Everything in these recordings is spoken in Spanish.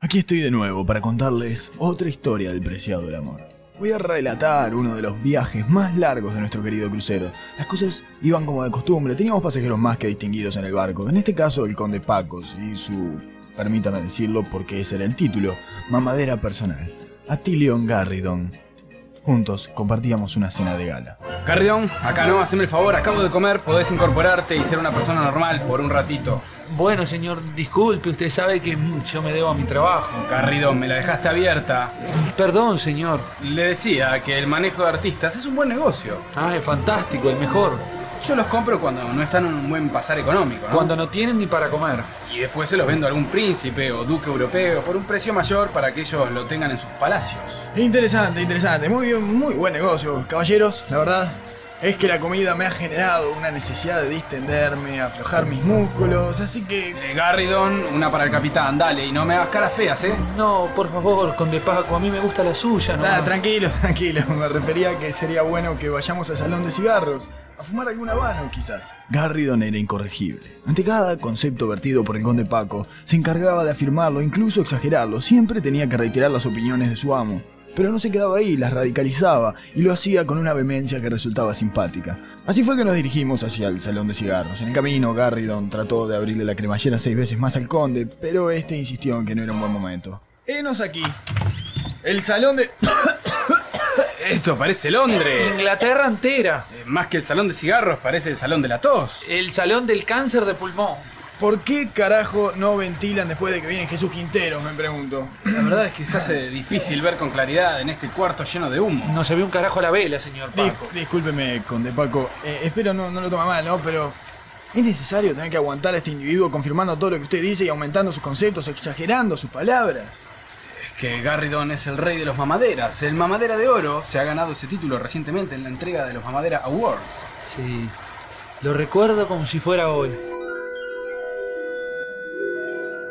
Aquí estoy de nuevo para contarles otra historia del preciado del amor. Voy a relatar uno de los viajes más largos de nuestro querido crucero. Las cosas iban como de costumbre, teníamos pasajeros más que distinguidos en el barco, en este caso el conde Pacos y su, permítame decirlo porque ese era el título, mamadera personal, Atilion Garridon. Juntos compartíamos una cena de gala. Carrión, acá no, haceme el favor, acabo de comer, podés incorporarte y ser una persona normal por un ratito. Bueno, señor, disculpe, usted sabe que mm, yo me debo a mi trabajo. Carridón, me la dejaste abierta. Perdón, señor. Le decía que el manejo de artistas es un buen negocio. Ah, es fantástico, el mejor. Yo los compro cuando no están en un buen pasar económico, ¿no? Cuando no tienen ni para comer. Y después se los vendo a algún príncipe o duque europeo por un precio mayor para que ellos lo tengan en sus palacios. Interesante, interesante, muy bien, muy buen negocio, caballeros, la verdad. Es que la comida me ha generado una necesidad de distenderme, aflojar mis músculos, así que Eh, Garridón, una para el capitán, dale, y no me hagas caras feas, ¿eh? No, por favor, conde Paco, a mí me gusta la suya, ¿no? Nada, tranquilo, tranquilo. Me refería a que sería bueno que vayamos al salón de cigarros. A fumar algún habano, quizás. Garridon era incorregible. Ante cada concepto vertido por el conde Paco, se encargaba de afirmarlo, incluso exagerarlo. Siempre tenía que reiterar las opiniones de su amo. Pero no se quedaba ahí, las radicalizaba y lo hacía con una vehemencia que resultaba simpática. Así fue que nos dirigimos hacia el salón de cigarros. En el camino, Garridon trató de abrirle la cremallera seis veces más al conde, pero este insistió en que no era un buen momento. Enos aquí. El salón de. Esto parece Londres. Inglaterra entera. Eh, Más que el salón de cigarros, parece el salón de la tos. El salón del cáncer de pulmón. ¿Por qué carajo no ventilan después de que viene Jesús Quintero? Me pregunto. La verdad es que se hace difícil ver con claridad en este cuarto lleno de humo. No se ve un carajo la vela, señor Dis- Paco. discúlpeme, conde Paco. Eh, espero no, no lo toma mal, ¿no? Pero. ¿Es necesario tener que aguantar a este individuo confirmando todo lo que usted dice y aumentando sus conceptos, exagerando sus palabras? Es que Garridon es el rey de los mamaderas. El mamadera de oro se ha ganado ese título recientemente en la entrega de los Mamadera Awards. Sí. Lo recuerdo como si fuera hoy.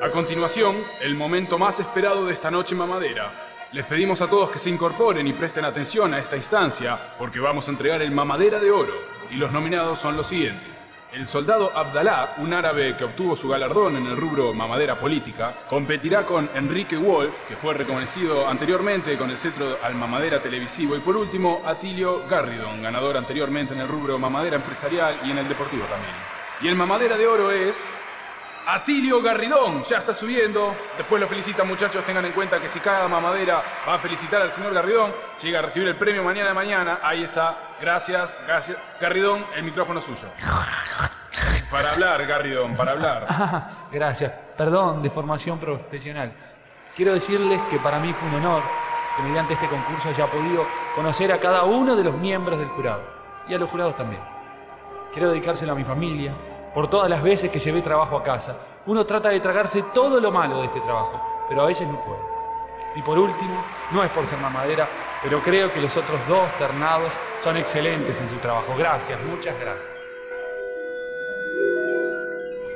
A continuación, el momento más esperado de esta noche mamadera. Les pedimos a todos que se incorporen y presten atención a esta instancia, porque vamos a entregar el mamadera de oro. Y los nominados son los siguientes. El soldado Abdalá, un árabe que obtuvo su galardón en el rubro mamadera política, competirá con Enrique Wolf, que fue reconocido anteriormente con el cetro al mamadera televisivo, y por último, Atilio Garridon, ganador anteriormente en el rubro mamadera empresarial y en el deportivo también. Y el mamadera de oro es Atilio Garridón ya está subiendo. Después lo felicita, muchachos. Tengan en cuenta que si cada mamadera va a felicitar al señor Garridón, llega a recibir el premio mañana de mañana. Ahí está. Gracias, gracias. Garridón, el micrófono es suyo. Para hablar, Garridón, para hablar. Ah, gracias. Perdón, de formación profesional. Quiero decirles que para mí fue un honor que mediante este concurso haya podido conocer a cada uno de los miembros del jurado y a los jurados también. Quiero dedicárselo a mi familia por todas las veces que llevé trabajo a casa. Uno trata de tragarse todo lo malo de este trabajo, pero a veces no puede. Y por último, no es por ser mamadera, pero creo que los otros dos ternados son excelentes en su trabajo. Gracias, muchas gracias.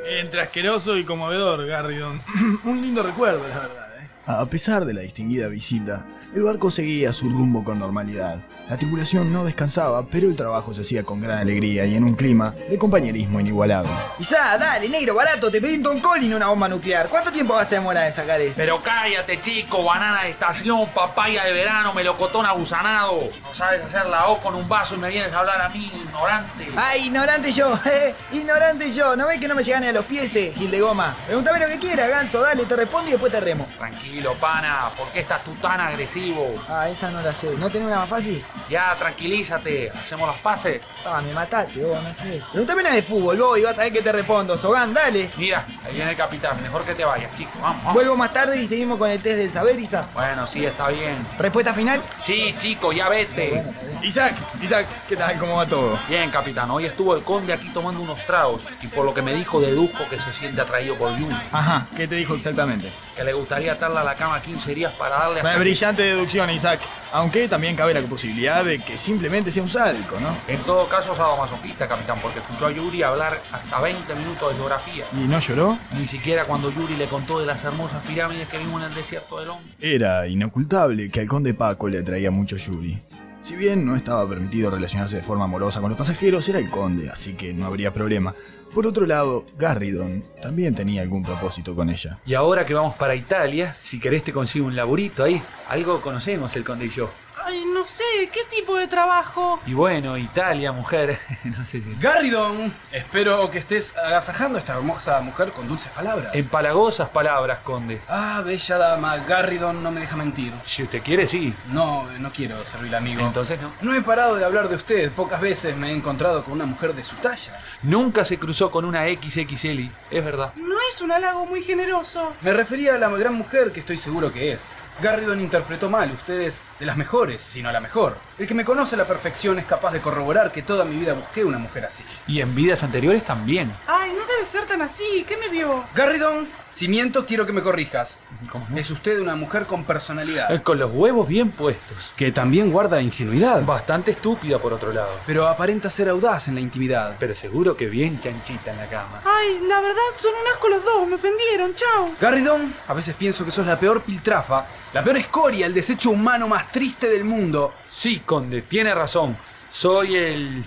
Entre asqueroso y conmovedor, Garridon. Un lindo recuerdo, la verdad. ¿eh? A pesar de la distinguida visita, el barco seguía su rumbo con normalidad. La tripulación no descansaba, pero el trabajo se hacía con gran alegría y en un clima de compañerismo inigualable. Isá, dale, negro, barato, te pedí un toncolín y una bomba nuclear. ¿Cuánto tiempo vas a demorar en sacar eso? Pero cállate, chico, banana de estación, papaya de verano, melocotón abusanado. No sabes hacer la O con un vaso y me vienes a hablar a mí, ignorante. Ah. Ay, ignorante yo, eh, ignorante yo. ¿No ves que no me llegan ni a los pies, eh, Gil de Goma? Pregúntame lo que quieras, ganso, dale, te respondo y después te remo. Tranquilo, pana, ¿por qué estás tú tan agresivo? Ah, esa no la sé. ¿No tenés una más fácil? Ya, tranquilízate, hacemos las paces. Ah, me mataste, vos, no sé. Pregúntame una de fútbol, vos, y vas a ver que te respondo. Sogan, dale. Mira, ahí viene el capitán, mejor que te vayas, chico, vamos, vamos. Vuelvo más tarde y seguimos con el test del saber, Isa. Bueno, sí, está bien. ¿Respuesta final? Sí, chico, ya vete. Isaac, Isaac, ¿qué tal? ¿Cómo va todo? Bien, capitán, hoy estuvo el conde aquí tomando unos tragos y por lo que me dijo dedujo que se siente atraído por Jun, Ajá, ¿qué te dijo exactamente? que le gustaría atarla a la cama 15 días para darle hasta Una que- brillante deducción, Isaac. Aunque también cabe la posibilidad de que simplemente sea un sádico, ¿no? En todo caso, sadomasoquista, capitán, porque escuchó a Yuri hablar hasta 20 minutos de geografía. ¿Y no lloró? Ni siquiera cuando Yuri le contó de las hermosas pirámides que vimos en el desierto del hombre. Era inocultable que al conde Paco le atraía mucho Yuri. Si bien no estaba permitido relacionarse de forma amorosa con los pasajeros, era el conde, así que no habría problema. Por otro lado, Garridon también tenía algún propósito con ella. Y ahora que vamos para Italia, si querés te consigo un laburito ahí. Algo conocemos el conde y yo. Ay, no sé, ¿qué tipo de trabajo? Y bueno, Italia, mujer, no sé si... Garridon, espero que estés agasajando a esta hermosa mujer con dulces palabras. Eh, Empalagosas palabras, conde. Ah, bella dama, Garridon no me deja mentir. Si usted quiere, sí. No, no quiero servirle amigo. Entonces no. No he parado de hablar de usted. Pocas veces me he encontrado con una mujer de su talla. Nunca se cruzó con una XXL, es verdad. No es un halago muy generoso. Me refería a la gran mujer que estoy seguro que es. Garridon interpretó mal, usted es de las mejores, si no la mejor. El que me conoce a la perfección es capaz de corroborar que toda mi vida busqué una mujer así. Y en vidas anteriores también. Ay, no debe ser tan así. ¿Qué me vio? Garridon, si miento quiero que me corrijas. ¿Cómo no? Es usted una mujer con Eh, personalidad. Con los huevos bien puestos. Que también guarda ingenuidad. Bastante estúpida por otro lado. Pero aparenta ser audaz en la intimidad. Pero seguro que bien chanchita en la cama. Ay, la verdad son un asco los dos. Me ofendieron. Chao. Garridon, a veces pienso que sos la peor piltrafa, la peor escoria, el desecho humano más triste del mundo. Sí, conde, tiene razón. Soy el...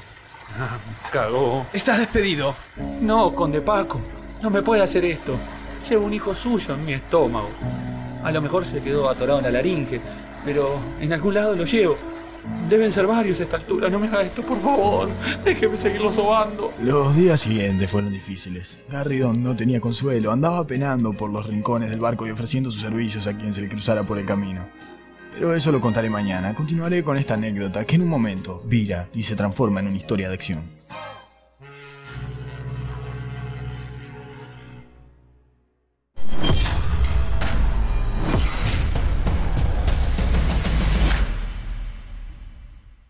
Ah, me cagó. Estás despedido. No, conde Paco, no me puede hacer esto. Llevo un hijo suyo en mi estómago. A lo mejor se quedó atorado en la laringe, pero en algún lado lo llevo. Deben ser varios a esta altura. No me haga esto, por favor. Déjeme seguirlo sobando. Los días siguientes fueron difíciles. Garridon no tenía consuelo, andaba penando por los rincones del barco y ofreciendo sus servicios a quien se le cruzara por el camino. Pero eso lo contaré mañana. Continuaré con esta anécdota que en un momento vira y se transforma en una historia de acción.